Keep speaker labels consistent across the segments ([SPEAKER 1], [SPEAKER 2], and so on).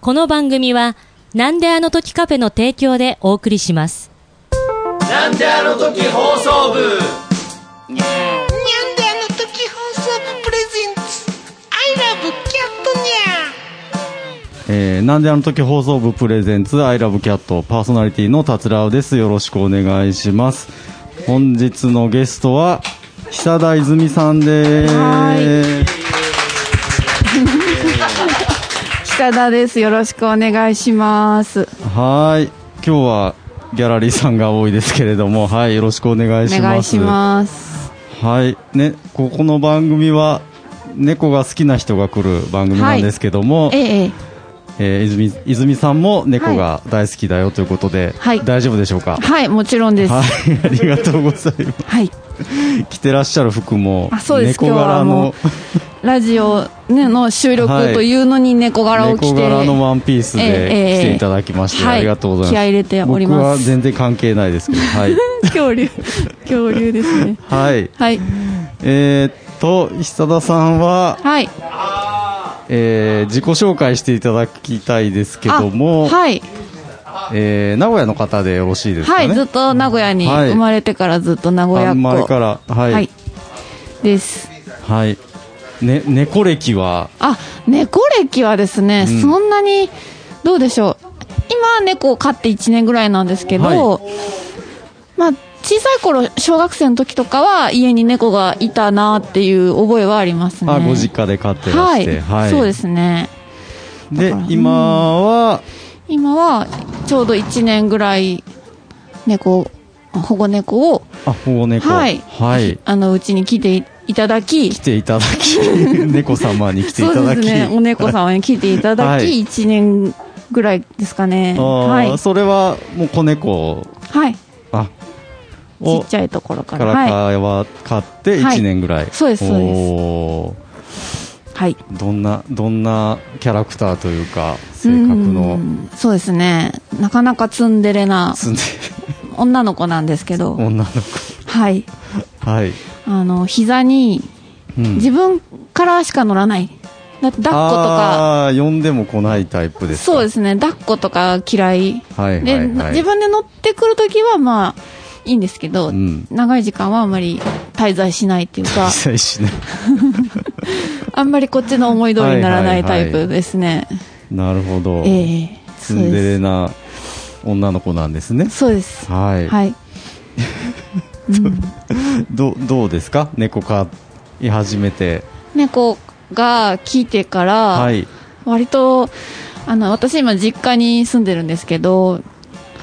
[SPEAKER 1] この番組は、なんであの時カフェの提供でお送りします。
[SPEAKER 2] なんであの時放送部
[SPEAKER 3] ニャンであの時放送部プレゼンツ I love キャットニ
[SPEAKER 4] えーなんであの時放送部プレゼンツ I love cat パーソナリティの達郎ですよろしくお願いします本日のゲストは久田泉さんです
[SPEAKER 5] 北田です。よろしくお願いします。
[SPEAKER 4] はーい今日はギャラリーさんが多いですけれどもはいよろしくお願い
[SPEAKER 5] お
[SPEAKER 4] します
[SPEAKER 5] 願いします。
[SPEAKER 4] はいねここの番組は猫が好きな人が来る番組なんですけども、
[SPEAKER 5] ええ、
[SPEAKER 4] えー泉泉さんも猫が大好きだよということで、
[SPEAKER 5] はい
[SPEAKER 4] 大丈夫でしょうか
[SPEAKER 5] はい、もちろんです。
[SPEAKER 4] は
[SPEAKER 5] はい。
[SPEAKER 4] い、ありがとうございます着てらっしゃる服も
[SPEAKER 5] あそうです
[SPEAKER 4] 猫柄の
[SPEAKER 5] ラジオ、ね、の収録
[SPEAKER 4] はい
[SPEAKER 5] というのに猫柄を着て、
[SPEAKER 4] 猫柄のワンピー
[SPEAKER 5] え
[SPEAKER 4] ス
[SPEAKER 5] ええ
[SPEAKER 4] で
[SPEAKER 5] え
[SPEAKER 4] 着ていただきまして、
[SPEAKER 5] はい
[SPEAKER 4] ありがとうございます
[SPEAKER 5] 気合い入れております
[SPEAKER 4] 僕は全然関係ないですけど はい
[SPEAKER 5] 恐 竜、恐竜ですね。
[SPEAKER 4] はい
[SPEAKER 5] はい。
[SPEAKER 4] えーっと久田さんは、
[SPEAKER 5] はい。
[SPEAKER 4] えー自己紹介していただきたいですけども、
[SPEAKER 5] はい。
[SPEAKER 4] えー名古屋の方でよろしいですか
[SPEAKER 5] は
[SPEAKER 4] ね
[SPEAKER 5] い。ずっと名古屋に、
[SPEAKER 4] はい
[SPEAKER 5] 生まれてからずっと名古屋
[SPEAKER 4] あ
[SPEAKER 5] っ子。
[SPEAKER 4] 生まれからはい、
[SPEAKER 5] は
[SPEAKER 4] はいい。
[SPEAKER 5] です。
[SPEAKER 4] ね、猫歴は
[SPEAKER 5] あ、猫歴はですね、
[SPEAKER 4] うん
[SPEAKER 5] そんなに、どうでしょう。今、猫を飼って1年ぐらいなんですけど、
[SPEAKER 4] は
[SPEAKER 5] まあ、小さい頃、小学生の時とかは、家に猫がいたなっていう覚えはありますね。
[SPEAKER 4] あご実家で飼ってら
[SPEAKER 5] は
[SPEAKER 4] し
[SPEAKER 5] い、
[SPEAKER 4] て、
[SPEAKER 5] そうですね。
[SPEAKER 4] で
[SPEAKER 5] だから
[SPEAKER 4] 今は
[SPEAKER 5] 今は、ちょうど1年ぐらい、猫を、保護猫を、
[SPEAKER 4] あ保護猫
[SPEAKER 5] はい
[SPEAKER 4] はい
[SPEAKER 5] あの、うちに来ていただき
[SPEAKER 4] 来、ていただ き猫様に来ていた
[SPEAKER 5] そう
[SPEAKER 4] だ
[SPEAKER 5] で
[SPEAKER 4] き
[SPEAKER 5] すね、お猫様に来ていただき、
[SPEAKER 4] はい
[SPEAKER 5] 1年ぐらいですかね。
[SPEAKER 4] あー
[SPEAKER 5] はい。
[SPEAKER 4] それはもう子猫
[SPEAKER 5] はい。
[SPEAKER 4] あ
[SPEAKER 5] ち
[SPEAKER 4] を
[SPEAKER 5] っちゃいところか。
[SPEAKER 4] からら
[SPEAKER 5] はい。
[SPEAKER 4] かは買って
[SPEAKER 5] はい
[SPEAKER 4] 1年ぐらい、
[SPEAKER 5] そうですそうです
[SPEAKER 4] お
[SPEAKER 5] はい。
[SPEAKER 4] ーどんなどんなキャラクターというか性格
[SPEAKER 5] う
[SPEAKER 4] の
[SPEAKER 5] んそうですね。なかなかツンデレな
[SPEAKER 4] 住んで
[SPEAKER 5] 女の子なんですけど、
[SPEAKER 4] 女の
[SPEAKER 5] はい。
[SPEAKER 4] 子はい、
[SPEAKER 5] あの、膝に
[SPEAKER 4] うん
[SPEAKER 5] 自分からしか乗らない。だ抱っことか、
[SPEAKER 4] ああ呼んでも来ないタイプですか
[SPEAKER 5] そうですすね。抱っことか嫌い。
[SPEAKER 4] はいはい
[SPEAKER 5] で、
[SPEAKER 4] はい
[SPEAKER 5] 自分で乗ってくるときはまあ、いいんですけど、
[SPEAKER 4] うん
[SPEAKER 5] 長い時間はあんまり滞在しないっていう か、
[SPEAKER 4] 一切しない
[SPEAKER 5] あんまりこっちの思い通りにならないタイプですね。
[SPEAKER 4] なるほど、
[SPEAKER 5] ええそ
[SPEAKER 4] ツ
[SPEAKER 5] う
[SPEAKER 4] ンデレ
[SPEAKER 5] です。
[SPEAKER 4] な女の子なんですね
[SPEAKER 5] そうです。
[SPEAKER 4] はい、
[SPEAKER 5] はい。
[SPEAKER 4] どどうですか猫飼い始めて
[SPEAKER 5] 猫が来てから、
[SPEAKER 4] はい
[SPEAKER 5] 割と、あの、私今実家に住んでるんですけど、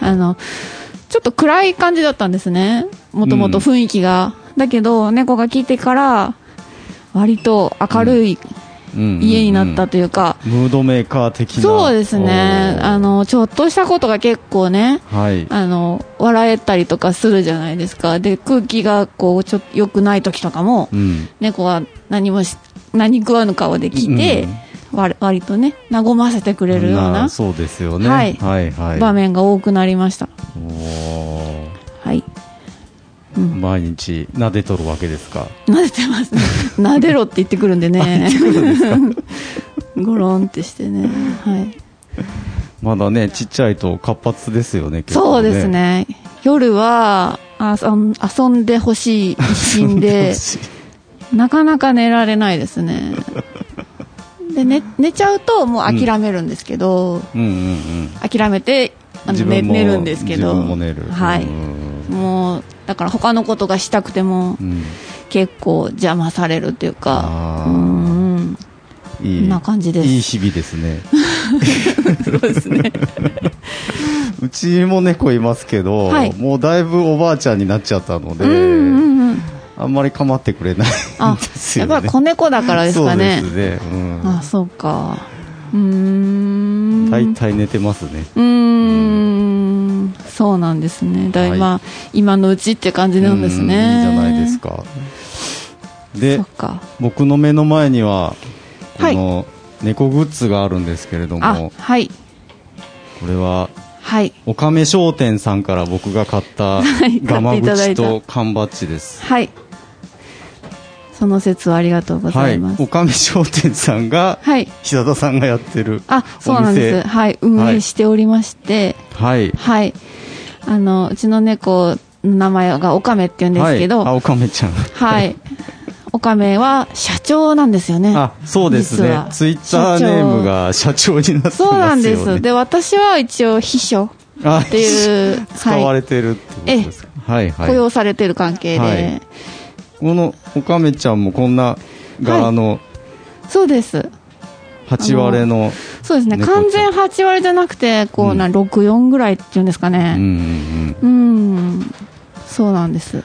[SPEAKER 5] あの、ちょっと暗い感じだったんですね。もともと雰囲気が。だけど、猫が来てから、割と明るい家になったというか、
[SPEAKER 4] ムードメーカー的な
[SPEAKER 5] そうですね。
[SPEAKER 4] おー
[SPEAKER 5] あの、ちょっとしたことが結構ね、
[SPEAKER 4] はい
[SPEAKER 5] あの、笑えたりとかするじゃないですか。で、空気がこう、ちょっと良くない時とかも、
[SPEAKER 4] うん
[SPEAKER 5] 猫は何もし何食わぬ顔で来て、わり割とね和ませてくれるよう
[SPEAKER 4] まあ
[SPEAKER 5] な
[SPEAKER 4] そうですよね
[SPEAKER 5] はい
[SPEAKER 4] はいはい
[SPEAKER 5] 場面が多くなりました、
[SPEAKER 4] おー
[SPEAKER 5] はい
[SPEAKER 4] 毎日撫でとるわけですか
[SPEAKER 5] 撫でてますね 撫でろって 言ってくるんでねゴロンってしてね、はい、
[SPEAKER 4] まだねちっちゃいと活発ですよね結構
[SPEAKER 5] そうですね夜はあそん遊んでほしい一心 でなかなか寝られないですねで寝寝ちゃうともう諦めるんですけど、
[SPEAKER 4] うんうんうん
[SPEAKER 5] 諦めてあの
[SPEAKER 4] 自
[SPEAKER 5] 寝
[SPEAKER 4] 分も
[SPEAKER 5] 寝るんですけど
[SPEAKER 4] 自分も寝る
[SPEAKER 5] はい、
[SPEAKER 4] うん
[SPEAKER 5] もうだから他のことがしたくても
[SPEAKER 4] うん
[SPEAKER 5] 結構邪魔されるっていうか
[SPEAKER 4] あ
[SPEAKER 5] う
[SPEAKER 4] ー
[SPEAKER 5] ん
[SPEAKER 4] いい
[SPEAKER 5] こんな感じです
[SPEAKER 4] いい日々ですねそうですね うちも猫いますけど、
[SPEAKER 5] はい
[SPEAKER 4] もうだいぶおばあちゃんになっちゃったので、
[SPEAKER 5] うんうんうん
[SPEAKER 4] あんまり構ってくれないん
[SPEAKER 5] あ
[SPEAKER 4] です
[SPEAKER 5] や
[SPEAKER 4] よ
[SPEAKER 5] っ
[SPEAKER 4] ね
[SPEAKER 5] ぱり子猫だからですかね
[SPEAKER 4] そうですね、うん
[SPEAKER 5] あそうかうーん
[SPEAKER 4] 大体寝てますね
[SPEAKER 5] うーんそうなんですねだい
[SPEAKER 4] はい
[SPEAKER 5] まあ今のうちって感じなんですね
[SPEAKER 4] うんいいじゃないですかで
[SPEAKER 5] そっか
[SPEAKER 4] 僕の目の前にはこ
[SPEAKER 5] はい
[SPEAKER 4] の猫グッズがあるんですけれども、
[SPEAKER 5] あはい
[SPEAKER 4] これは
[SPEAKER 5] はい
[SPEAKER 4] おかめ商店さんから僕が買った
[SPEAKER 5] い
[SPEAKER 4] ガマ
[SPEAKER 5] 買っていただ
[SPEAKER 4] 口
[SPEAKER 5] いた
[SPEAKER 4] と缶バッジです
[SPEAKER 5] はい。その説はありがとうござ
[SPEAKER 4] はい
[SPEAKER 5] います。
[SPEAKER 4] おかみ商店さんが、
[SPEAKER 5] はい
[SPEAKER 4] 久田さんがやってる
[SPEAKER 5] あ、そうなん
[SPEAKER 4] お
[SPEAKER 5] です。
[SPEAKER 4] 店
[SPEAKER 5] はい、運営しておりまして、
[SPEAKER 4] はい
[SPEAKER 5] はい。あの、うちの猫の名前がオカメって言うんですけど、
[SPEAKER 4] はい、あ
[SPEAKER 5] はい。
[SPEAKER 4] おかめちゃん
[SPEAKER 5] オカメは社長なんですよね。
[SPEAKER 4] あそうです
[SPEAKER 5] 実
[SPEAKER 4] ね
[SPEAKER 5] は
[SPEAKER 4] ツイッターネーム。が社長になってますよ、ね、
[SPEAKER 5] そうなんです。で、私は一応秘書
[SPEAKER 4] あ
[SPEAKER 5] っていう、はい
[SPEAKER 4] 使われてるってことですか、はいはい
[SPEAKER 5] 雇用されてる関係で、
[SPEAKER 4] はいこのおかめちゃんもこんな柄の
[SPEAKER 5] そうです。
[SPEAKER 4] 8割れの、
[SPEAKER 5] そうですね。
[SPEAKER 4] 猫ちゃん
[SPEAKER 5] 完全8割じゃなくて、こうな、6、4ぐらいっていうんですか
[SPEAKER 4] うんう
[SPEAKER 5] ね。
[SPEAKER 4] ん
[SPEAKER 5] うん。そうなんです。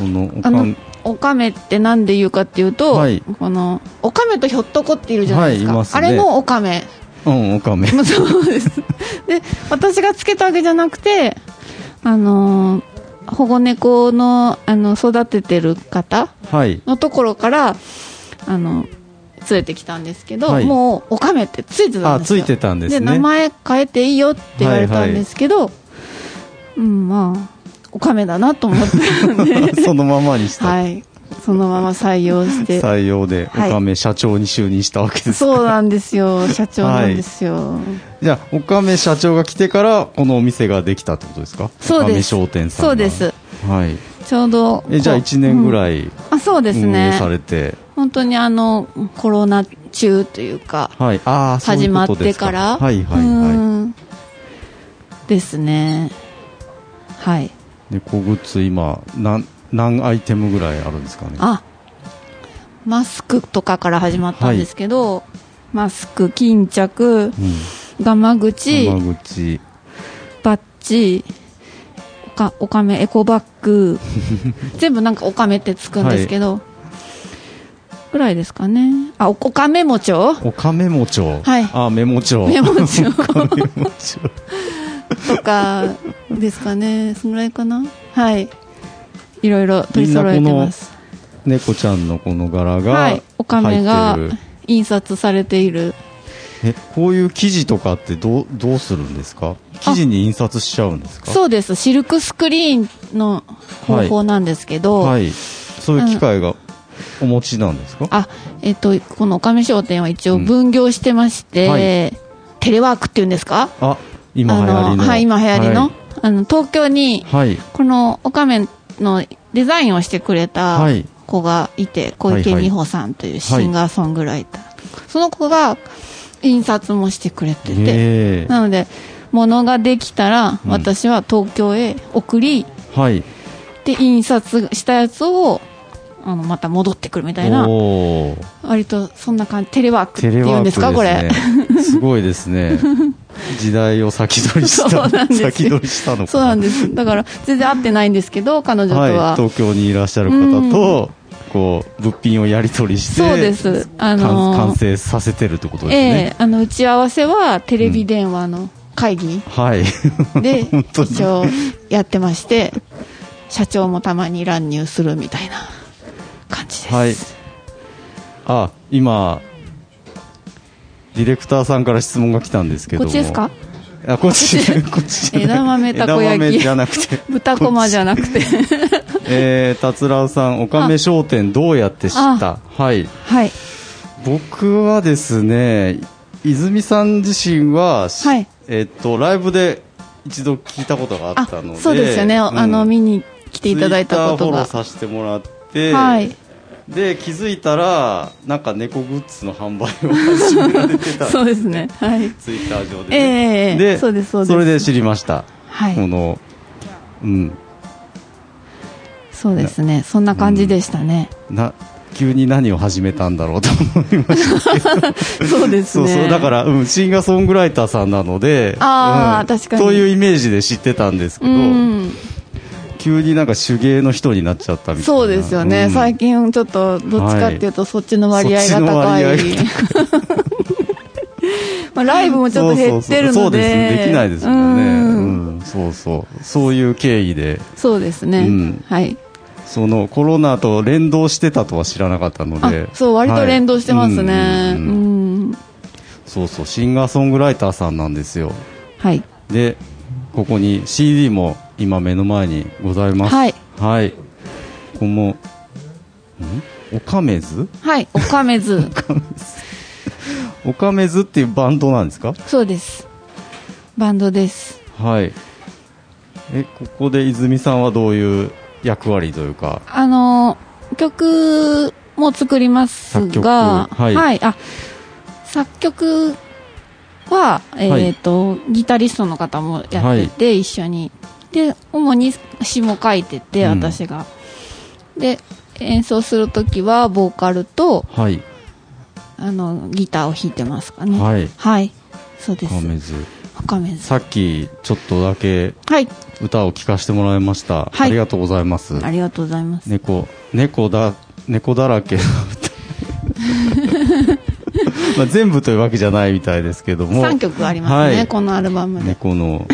[SPEAKER 4] うん、このお
[SPEAKER 5] あ
[SPEAKER 4] か
[SPEAKER 5] の
[SPEAKER 4] め、
[SPEAKER 5] オカメってなんで言うかっていうと、
[SPEAKER 4] はい
[SPEAKER 5] この、オカメとひょっとこっているじゃないですか。
[SPEAKER 4] はいいますね
[SPEAKER 5] あれのオカメ。
[SPEAKER 4] うんおか め
[SPEAKER 5] まあそうです。で、私がつけたわけじゃなくて、あのー保護猫の、あの、育ててる方
[SPEAKER 4] はい
[SPEAKER 5] のところから、あの、連れてきたんですけど、
[SPEAKER 4] はい
[SPEAKER 5] もう、オカメってついてたんですよ。
[SPEAKER 4] あついてたんですね
[SPEAKER 5] 名前変えていいよって言われたんですけど、うん、まあ、オカメだなと思ったんで、
[SPEAKER 4] そのままにした、
[SPEAKER 5] はい。そのまま採用して。
[SPEAKER 4] 採用で、
[SPEAKER 5] はい
[SPEAKER 4] おかめ社長に就任したわけです
[SPEAKER 5] そうなんです よ。社長なんですよ。
[SPEAKER 4] じゃあ、おかめ社長が来てから、このお店ができたってことですか
[SPEAKER 5] そうです
[SPEAKER 4] おかめ商店さんが
[SPEAKER 5] そうです。
[SPEAKER 4] はい。
[SPEAKER 5] ちょうど。
[SPEAKER 4] え、じゃあ
[SPEAKER 5] こう
[SPEAKER 4] 1年ぐらい
[SPEAKER 5] あそうです
[SPEAKER 4] 運営
[SPEAKER 5] ね
[SPEAKER 4] されて、
[SPEAKER 5] 本当にあのコロナ中というか、
[SPEAKER 4] はい。ああ、そうい
[SPEAKER 5] 始
[SPEAKER 4] う
[SPEAKER 5] ま
[SPEAKER 4] こ
[SPEAKER 5] っ
[SPEAKER 4] とで
[SPEAKER 5] て
[SPEAKER 4] すか
[SPEAKER 5] から
[SPEAKER 4] はいはいうは
[SPEAKER 5] ーんですねはい
[SPEAKER 4] い。猫グッズ今、なん、何アイテムぐらいあるんですかね。
[SPEAKER 5] あマスクとかから始まったんですけど、マスク巾着
[SPEAKER 4] うん。
[SPEAKER 5] ガマ口
[SPEAKER 4] 浜口。
[SPEAKER 5] バッジおかおかめエコバッ グ全部なんかおかめってつくんですけど、ぐらいですかねあおおかめもちょ
[SPEAKER 4] おかメモ帳。
[SPEAKER 5] はい
[SPEAKER 4] あ、メモ帳。
[SPEAKER 5] メモ帳
[SPEAKER 4] おかメモ帳。
[SPEAKER 5] とかですかね、そのぐらいかな。はい。いろいろ取
[SPEAKER 4] み
[SPEAKER 5] り
[SPEAKER 4] んな
[SPEAKER 5] 揃え
[SPEAKER 4] こ
[SPEAKER 5] て
[SPEAKER 4] の
[SPEAKER 5] ます。
[SPEAKER 4] 猫ちゃんのこの柄が、
[SPEAKER 5] は
[SPEAKER 4] 入っ
[SPEAKER 5] い
[SPEAKER 4] て。
[SPEAKER 5] お金が
[SPEAKER 4] る
[SPEAKER 5] 印刷されている。
[SPEAKER 4] え、こういう記事とかってどう、どうするんですか記事に印刷しちゃうんですか
[SPEAKER 5] そうです。シルクスクリーンの方法なんですけど、
[SPEAKER 4] はい。そういう機会がお持ちなんですか、
[SPEAKER 5] あ、えっと、このおかめ商店は一応分業してまして、
[SPEAKER 4] うんはい
[SPEAKER 5] テレワークっていうんですか
[SPEAKER 4] あ、今流行
[SPEAKER 5] あ
[SPEAKER 4] り
[SPEAKER 5] の、
[SPEAKER 4] の。
[SPEAKER 5] はい、今流行りの、あの、東京に、
[SPEAKER 4] はい。
[SPEAKER 5] このおかめのデザインをしてくれた
[SPEAKER 4] はい
[SPEAKER 5] 子がいて、小池美穂さんというシンガーソングライター、その子が印刷もしてくれてて、
[SPEAKER 4] ええ
[SPEAKER 5] なので物ができたら
[SPEAKER 4] うん
[SPEAKER 5] 私は東京へ送り、
[SPEAKER 4] はい。
[SPEAKER 5] で印刷したやつをあのまた戻ってくるみたいな
[SPEAKER 4] おー
[SPEAKER 5] 割とそんな感じテレワークって
[SPEAKER 4] テ
[SPEAKER 5] い
[SPEAKER 4] レ
[SPEAKER 5] う
[SPEAKER 4] ワ
[SPEAKER 5] んで
[SPEAKER 4] ークですす
[SPEAKER 5] か
[SPEAKER 4] ね。 すごいですね。時代を先取りした。
[SPEAKER 5] そうなんですよ
[SPEAKER 4] 先取りしたのか
[SPEAKER 5] これそ
[SPEAKER 4] な
[SPEAKER 5] うなんですだから全然会ってないんですけど彼女とは、
[SPEAKER 4] はい。東京にいらっしゃる方と、こう、物品をやり取りして、
[SPEAKER 5] そうですあのー
[SPEAKER 4] 完完成させてるってことです
[SPEAKER 5] ええ
[SPEAKER 4] ね。
[SPEAKER 5] あの打ち合わせはテレビ電話の会議
[SPEAKER 4] はい。
[SPEAKER 5] で
[SPEAKER 4] 本当に
[SPEAKER 5] 一応やってまして社長もたまに乱入するみたいな感じです、
[SPEAKER 4] はい。あ、今、ディレクターさんから質問が来たんですけ
[SPEAKER 5] こ
[SPEAKER 4] ども。
[SPEAKER 5] っちですか
[SPEAKER 4] あ、こっち、 こっちじゃない。
[SPEAKER 5] 枝豆たこ焼き
[SPEAKER 4] 枝豆じゃなくて。
[SPEAKER 5] 豚こまじゃなくて
[SPEAKER 4] えー、たつらうさん、おかめ商店どうやって知ったはい。
[SPEAKER 5] はい
[SPEAKER 4] 僕はですね、泉さん自身は、し
[SPEAKER 5] はい
[SPEAKER 4] えっと、ライブで一度聞いたことがあ
[SPEAKER 5] あ
[SPEAKER 4] ったので。
[SPEAKER 5] そうですよね、あの見に来ていただいたことが
[SPEAKER 4] ツイッターフォローさせてもらって、
[SPEAKER 5] はい
[SPEAKER 4] で、気づいたら、なんか猫グッズの販売を始められてた。
[SPEAKER 5] そうですねはい
[SPEAKER 4] ツイッター上で
[SPEAKER 5] ええ
[SPEAKER 4] ね、
[SPEAKER 5] ええ
[SPEAKER 4] で
[SPEAKER 5] そうですそうです
[SPEAKER 4] れで知りました。
[SPEAKER 5] はい
[SPEAKER 4] この、うん。
[SPEAKER 5] そうですねそんな感じでしたね、
[SPEAKER 4] な急に何を始めたんだろうと思いました
[SPEAKER 5] そうです
[SPEAKER 4] そう
[SPEAKER 5] ね
[SPEAKER 4] そうだから、うん、シンガーソングライターさんなので
[SPEAKER 5] あー
[SPEAKER 4] うん
[SPEAKER 5] 確かに
[SPEAKER 4] そういうイメージで知ってたんですけど、
[SPEAKER 5] うん
[SPEAKER 4] 急になんか手芸の人になっちゃったみたいな
[SPEAKER 5] そうですよね、
[SPEAKER 4] うん
[SPEAKER 5] 最近ちょっとどっちかっていうとそっちの割合が高、
[SPEAKER 4] はいいそっちの割合が
[SPEAKER 5] まあライブもちょっと減ってるの
[SPEAKER 4] そうそうそうです
[SPEAKER 5] で
[SPEAKER 4] ねできないですもんね
[SPEAKER 5] うん
[SPEAKER 4] うんそうそうそういう経緯で
[SPEAKER 5] そうですね、
[SPEAKER 4] うん
[SPEAKER 5] はい
[SPEAKER 4] そのコロナと連動してたとは知らなかったの
[SPEAKER 5] あ
[SPEAKER 4] で
[SPEAKER 5] そう割と連動してます
[SPEAKER 4] はい
[SPEAKER 5] ね
[SPEAKER 4] う
[SPEAKER 5] うんん
[SPEAKER 4] うんうんそうそうシンガーソングライターさんなんですよ
[SPEAKER 5] はい
[SPEAKER 4] でここに CD も今目の前にございます
[SPEAKER 5] はい
[SPEAKER 4] はいここもんおかめず
[SPEAKER 5] はい、おかめ ず。
[SPEAKER 4] おかめずっていうバンドなんですか
[SPEAKER 5] そうです。バンドです。
[SPEAKER 4] はいえここで泉さんはどういう役割というか
[SPEAKER 5] あの、曲も作りますが、
[SPEAKER 4] 作曲はい
[SPEAKER 5] あ、作曲は、えっ、と、ギタリストの方もやってて、一緒に。で、主に詞も書いてて、
[SPEAKER 4] うん
[SPEAKER 5] 私が。で、演奏するときは、ボーカルと、
[SPEAKER 4] はい
[SPEAKER 5] あの、ギターを弾いてますかね。
[SPEAKER 4] はい
[SPEAKER 5] そうで
[SPEAKER 4] お
[SPEAKER 5] す
[SPEAKER 4] か。めず
[SPEAKER 5] おかめず。
[SPEAKER 4] さっきちょっとだけ
[SPEAKER 5] はい。
[SPEAKER 4] 歌を聴かせてもらいました、
[SPEAKER 5] はい
[SPEAKER 4] ありがとうございます
[SPEAKER 5] ありがとうございます。
[SPEAKER 4] 猫猫だ猫だらけの 歌まあ全部というわけじゃないみたいですけども
[SPEAKER 5] 3曲ありますね、
[SPEAKER 4] はい
[SPEAKER 5] このアルバムで。
[SPEAKER 4] 猫の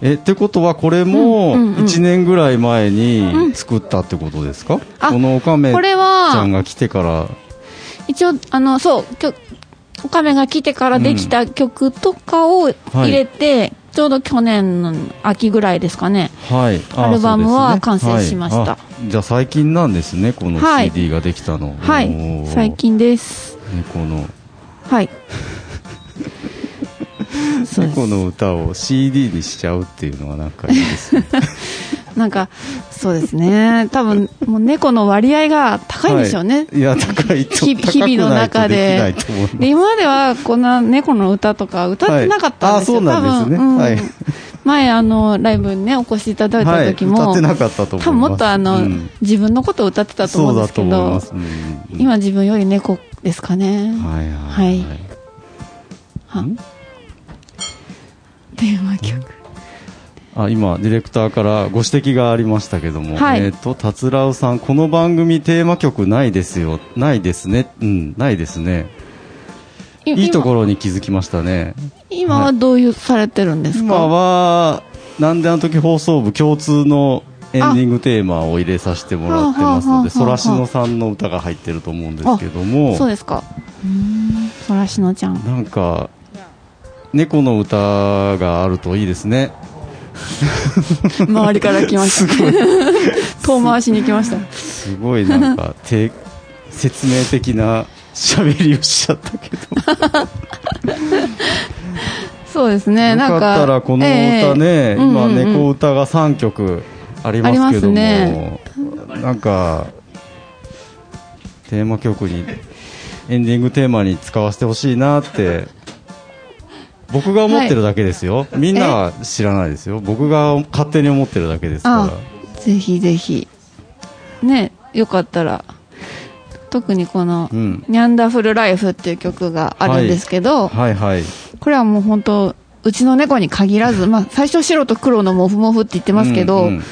[SPEAKER 4] えってことはこれも
[SPEAKER 5] うんうんうん
[SPEAKER 4] 1年ぐらい前に作ったってことですか、
[SPEAKER 5] あ
[SPEAKER 4] このオカメ
[SPEAKER 5] こ
[SPEAKER 4] ち
[SPEAKER 5] れ
[SPEAKER 4] ゃ
[SPEAKER 5] は
[SPEAKER 4] ん、が来てから
[SPEAKER 5] 一応、あの、そう、きょオカメが来てからできた曲とかを入れて、ちょうど去年の秋ぐらいですかね。
[SPEAKER 4] はいあ
[SPEAKER 5] アルバム
[SPEAKER 4] そうです
[SPEAKER 5] は完成しました
[SPEAKER 4] はいあじゃあ最近なんですねこの
[SPEAKER 5] はい
[SPEAKER 4] CD ができたの
[SPEAKER 5] は
[SPEAKER 4] お
[SPEAKER 5] い、
[SPEAKER 4] ー
[SPEAKER 5] 最近です。
[SPEAKER 4] 猫の
[SPEAKER 5] はい。そうで
[SPEAKER 4] 猫
[SPEAKER 5] す。
[SPEAKER 4] の歌を CD にしちゃうっていうのはなんかいいですね
[SPEAKER 5] なんか、そうですね。多分、もう猫の割合が高いんでしょうね。
[SPEAKER 4] はい、いや高いと
[SPEAKER 5] 日々日々の中で
[SPEAKER 4] 高くないときないと思います
[SPEAKER 5] で今まではこんな猫の歌とか歌ってなかったんですよ、
[SPEAKER 4] はいあそうなんですね
[SPEAKER 5] 多分
[SPEAKER 4] はい
[SPEAKER 5] 前あのライブにねお越しいただいた時も、
[SPEAKER 4] はい、歌ってなかったと思います
[SPEAKER 5] 多分もっとあの、
[SPEAKER 4] うん
[SPEAKER 5] 自分のことを歌ってたと思うんですけど
[SPEAKER 4] そうだと思います、うん
[SPEAKER 5] 今自分より猫ですかね、
[SPEAKER 4] はいはい、
[SPEAKER 5] はい
[SPEAKER 4] は、
[SPEAKER 5] はい
[SPEAKER 4] ん
[SPEAKER 5] テーマ曲
[SPEAKER 4] あ今ディレクターからご指摘がありましたけども、
[SPEAKER 5] はい
[SPEAKER 4] えっ、と達郎さんこの番組テーマ曲ないですよないですねうんないですねいいところに気づきましたね
[SPEAKER 5] 今はどういう、されてるんです
[SPEAKER 4] 今
[SPEAKER 5] か
[SPEAKER 4] はなんであの時放送部共通のエンディングテーマを入れさせてもらってますので
[SPEAKER 5] あはあ
[SPEAKER 4] そ
[SPEAKER 5] はあはあ
[SPEAKER 4] らしのさんの歌が入ってると思うんですけども
[SPEAKER 5] そうですかうーんそらしの ちゃん
[SPEAKER 4] なんか猫の歌があるといいですね
[SPEAKER 5] 周りから来ました遠回しに来ました
[SPEAKER 4] すごいな んかて説明的な喋りをしちゃったけど
[SPEAKER 5] そうですね
[SPEAKER 4] よ
[SPEAKER 5] なんか
[SPEAKER 4] かったらこの歌ね、
[SPEAKER 5] ええうんうんうん
[SPEAKER 4] 今猫歌が3曲ありますけども、
[SPEAKER 5] あり
[SPEAKER 4] なんかテーマ曲にエンディングテーマに使わせてほしいなって僕が思ってるだけですよ、みんなは知らないですよ僕が勝手に思ってるだけです
[SPEAKER 5] あ
[SPEAKER 4] か
[SPEAKER 5] ぜひぜひねよかったら特にこの「
[SPEAKER 4] うん
[SPEAKER 5] ニャンダフルライフ」っていう曲があるんですけど、
[SPEAKER 4] らはいはい
[SPEAKER 5] これはもう本当うちの猫に限ら ず、まあ、最初白と黒のモフモフって言ってますけど、
[SPEAKER 4] うんうん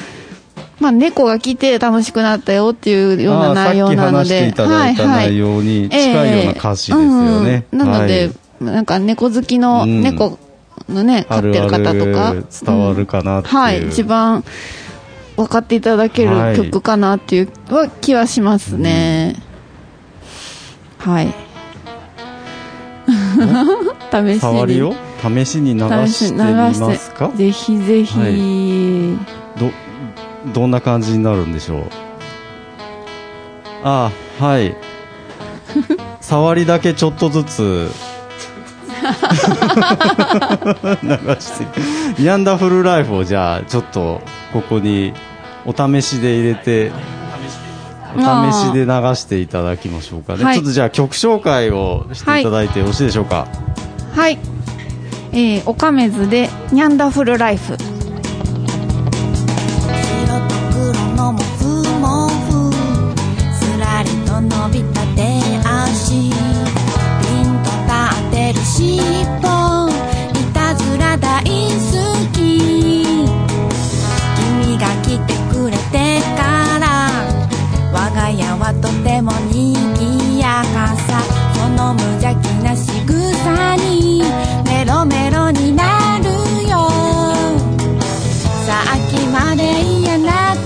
[SPEAKER 5] まあ、猫が来て楽しくなったよっていうよう
[SPEAKER 4] あ
[SPEAKER 5] な
[SPEAKER 4] ー
[SPEAKER 5] 内容なので
[SPEAKER 4] さっき話していただいた内容に近いような歌詞ですよ
[SPEAKER 5] え
[SPEAKER 4] ね、
[SPEAKER 5] えうんうんなので、
[SPEAKER 4] はい
[SPEAKER 5] なんか猫好きの
[SPEAKER 4] うん
[SPEAKER 5] 猫のね、飼ってる方とか
[SPEAKER 4] あるある伝わるかなっていう、
[SPEAKER 5] はい、一番分かっていただけ
[SPEAKER 4] はい
[SPEAKER 5] る曲かなっていうは気はしますね、はい 試しに
[SPEAKER 4] 触りを試しに流
[SPEAKER 5] 試
[SPEAKER 4] して
[SPEAKER 5] し
[SPEAKER 4] み
[SPEAKER 5] に
[SPEAKER 4] ますか
[SPEAKER 5] ぜひぜひ、
[SPEAKER 4] はどどんな感じになるんでしょうああはい 触りだけちょっとずつ 流してニャンダフルライフをじゃあちょっとここにお試しで入れてお試しで流していただきましょうかね、
[SPEAKER 5] はい
[SPEAKER 4] ちょっとじゃあ曲紹介をしていただいてよろしいでしょうか、
[SPEAKER 5] はいえー、おかめずで「ニャンダフルライフ」
[SPEAKER 6] 白と黒のモフモフすらりと伸びた手足ピンと立ってる尻尾いたずら大好き君が来てくれてから我が家はとてもにぎやかさこの無邪気な仕草にメロメロになるよさっきまで嫌な空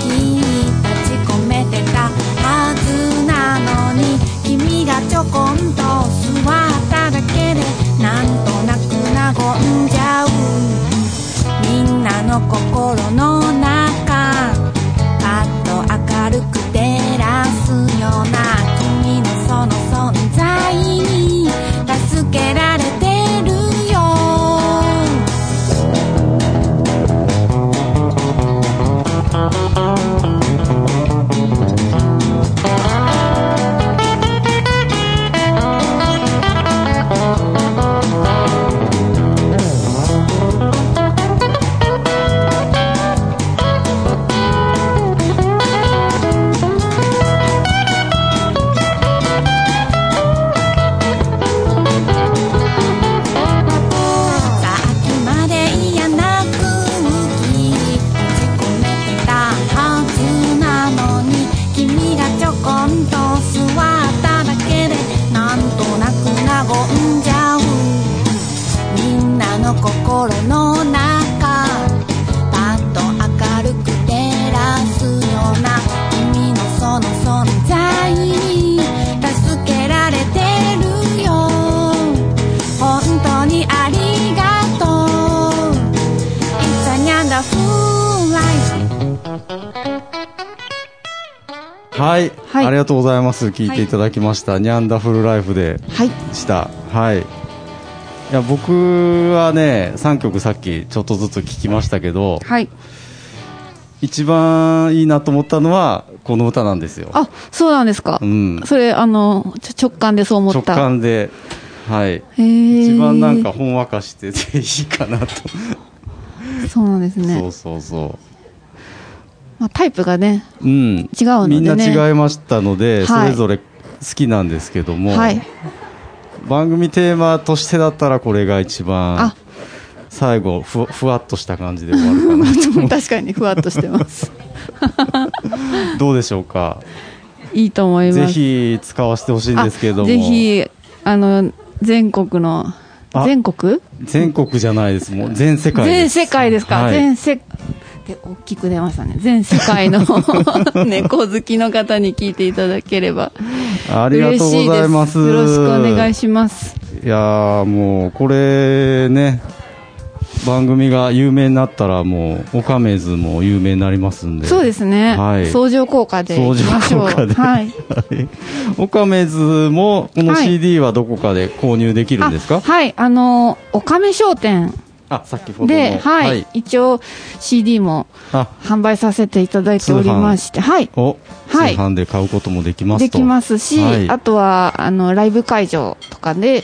[SPEAKER 6] 気立ち込めてたはずなのに君がちょこんと座っただけでなんとなく和んじゃうみんなの心の中パッと明るく照らすの心の中パッと明るく照らすような君のその存在に助けられてるよ本当にありがとう It's a wonderful life
[SPEAKER 4] はい、
[SPEAKER 5] はい
[SPEAKER 4] ありがとうございます聞いていただきました、ニャンダフルライフで
[SPEAKER 5] はい
[SPEAKER 4] したはいいや僕はね3曲さっきちょっとずつ聞きましたけど
[SPEAKER 5] はい
[SPEAKER 4] 一番いいなと思ったのはこの歌なんですよ
[SPEAKER 5] あそうなんですか、
[SPEAKER 4] うん
[SPEAKER 5] それあのちょ直感でそう思った
[SPEAKER 4] 直感ではい
[SPEAKER 5] へー
[SPEAKER 4] 一番なんかほんわかしててい いかなと、
[SPEAKER 5] そうなんですね
[SPEAKER 4] そうそうそ
[SPEAKER 5] まあ、タイプがね
[SPEAKER 4] ううん
[SPEAKER 5] 違うのでね
[SPEAKER 4] みんな違いましたの
[SPEAKER 5] は
[SPEAKER 4] で、
[SPEAKER 5] い
[SPEAKER 4] それぞれ好きなんですけども、
[SPEAKER 5] はい
[SPEAKER 4] 番組テーマとしてだったらこれが一番
[SPEAKER 5] あ
[SPEAKER 4] 最後ふわふわっとした感じで終わるか な
[SPEAKER 5] 確かにふわっとしてます
[SPEAKER 4] どうでしょうか
[SPEAKER 5] いいと思い
[SPEAKER 4] ぜ
[SPEAKER 5] ます
[SPEAKER 4] ひ使わせてほしいんですけども
[SPEAKER 5] あぜひあの全国の
[SPEAKER 4] あ
[SPEAKER 5] 全国
[SPEAKER 4] 全国じゃないですもう全世界で
[SPEAKER 5] 全
[SPEAKER 4] す
[SPEAKER 5] 世界ですか、
[SPEAKER 4] はい
[SPEAKER 5] 全世で大きく出ましたね全世界の 猫好きの方に聞いていただければ
[SPEAKER 4] ありが
[SPEAKER 5] 嬉
[SPEAKER 4] とう
[SPEAKER 5] しい
[SPEAKER 4] ござ
[SPEAKER 5] で
[SPEAKER 4] い
[SPEAKER 5] す
[SPEAKER 4] ます
[SPEAKER 5] よろしくお願いします
[SPEAKER 4] いやーもうこれね番組が有名になったらもうオカメズも有名になりますんで
[SPEAKER 5] そうですね、
[SPEAKER 4] はい
[SPEAKER 5] 相乗効果でいき
[SPEAKER 4] 相
[SPEAKER 5] ましょ
[SPEAKER 4] 乗
[SPEAKER 5] う
[SPEAKER 4] 効果で、
[SPEAKER 5] はい、
[SPEAKER 4] オカメズもこの
[SPEAKER 5] はい
[SPEAKER 4] CD はどこかで購入できるんですか、
[SPEAKER 5] あはいあのおかめ商店
[SPEAKER 4] あさっきほどの
[SPEAKER 5] で、はい一応 CD も
[SPEAKER 4] あ
[SPEAKER 5] 販売させていただいておりましてはい
[SPEAKER 4] お通
[SPEAKER 5] はい
[SPEAKER 4] 販で買うこともできますと
[SPEAKER 5] できますし、
[SPEAKER 4] はい
[SPEAKER 5] あとはあのライブ会場とかで、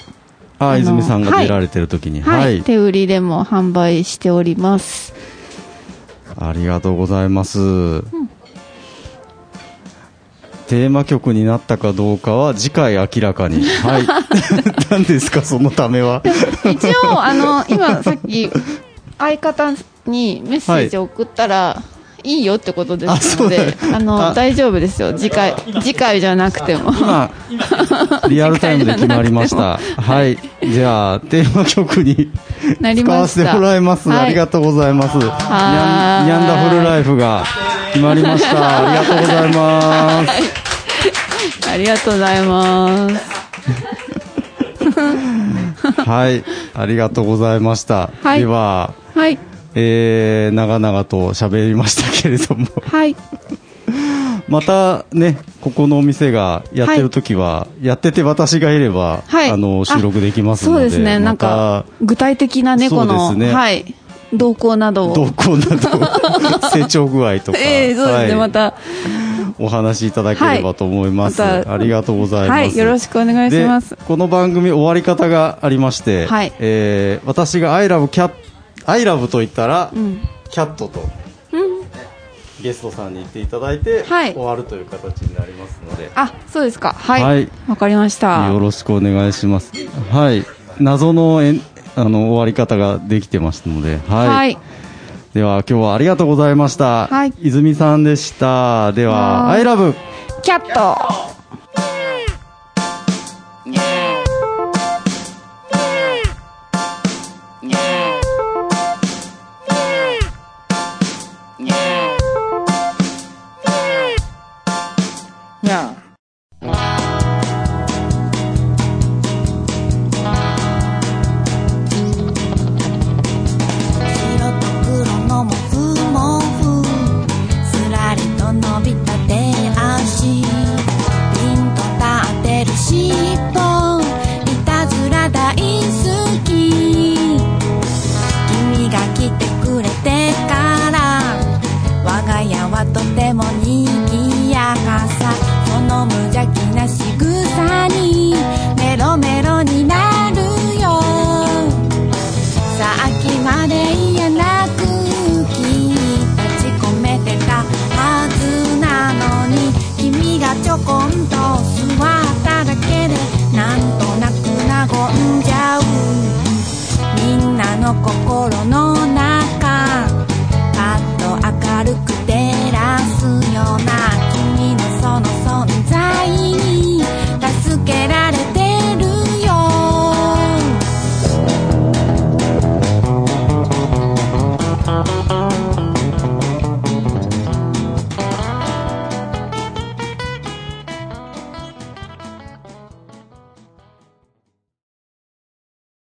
[SPEAKER 4] あ
[SPEAKER 5] あの
[SPEAKER 4] 泉さんが出られてる時に
[SPEAKER 5] はい
[SPEAKER 4] はい、
[SPEAKER 5] 手売りでも販売しております
[SPEAKER 4] ありがとうございます、テーマ曲になったかどうかは次回明らかにはい何ですかそのためは
[SPEAKER 5] 一応あの今さっき相方にメッセージを送ったら、い、いよってことですの
[SPEAKER 4] あ
[SPEAKER 5] で
[SPEAKER 4] そうだ
[SPEAKER 5] あの
[SPEAKER 4] あ
[SPEAKER 5] 大丈夫ですよ次回次回じゃなくても
[SPEAKER 4] 今、リアルタイムで決まりました。はい。じゃあ、テーマ曲に
[SPEAKER 5] なり
[SPEAKER 4] 使
[SPEAKER 5] ま
[SPEAKER 4] わ
[SPEAKER 5] した
[SPEAKER 4] せてもらいます。
[SPEAKER 5] はい
[SPEAKER 4] ありがとうございます。ニャ
[SPEAKER 5] は
[SPEAKER 4] ン
[SPEAKER 5] い
[SPEAKER 4] ニャンダフルライフが決まりました。ありがとうございます。
[SPEAKER 5] ありがとうございます
[SPEAKER 4] はい。ありがとうございました。
[SPEAKER 5] はい
[SPEAKER 4] では、
[SPEAKER 5] はい
[SPEAKER 4] えー、長々と喋りましたけれども、
[SPEAKER 5] はい
[SPEAKER 4] またね、ここのお店がやってるときは、やってて私がいれば、
[SPEAKER 5] はい
[SPEAKER 4] あの、収録できます
[SPEAKER 5] そ
[SPEAKER 4] の
[SPEAKER 5] う
[SPEAKER 4] で、
[SPEAKER 5] ですねなんか
[SPEAKER 4] また
[SPEAKER 5] 具体的な猫の
[SPEAKER 4] そうですね
[SPEAKER 5] はい動向など
[SPEAKER 4] 動
[SPEAKER 5] を
[SPEAKER 4] 向な ど成長具合とか、
[SPEAKER 5] ええそうですね、
[SPEAKER 4] はい
[SPEAKER 5] また
[SPEAKER 4] お話しいただければと思います、
[SPEAKER 5] はいまた
[SPEAKER 4] ありがとうございます、
[SPEAKER 5] はいよろしくお願いします
[SPEAKER 4] でこの番組終わり方がありまして、
[SPEAKER 5] はい
[SPEAKER 4] えー私が「アイラブキャッアイラブと言ったら、
[SPEAKER 5] ん
[SPEAKER 4] キャットと、ゲストさんに言っていただいて、
[SPEAKER 5] はい
[SPEAKER 4] 終わるという形になりますので
[SPEAKER 5] あそうですかはいわ、
[SPEAKER 4] はい
[SPEAKER 5] かりました
[SPEAKER 4] よろしくお願いしますはい謎のえんあの終わり方ができてますので
[SPEAKER 5] はい
[SPEAKER 4] では今日はありがとうございました、
[SPEAKER 5] はい
[SPEAKER 4] 泉さんでしたでは「
[SPEAKER 5] は
[SPEAKER 4] ア
[SPEAKER 5] い
[SPEAKER 4] イラブ
[SPEAKER 5] キャット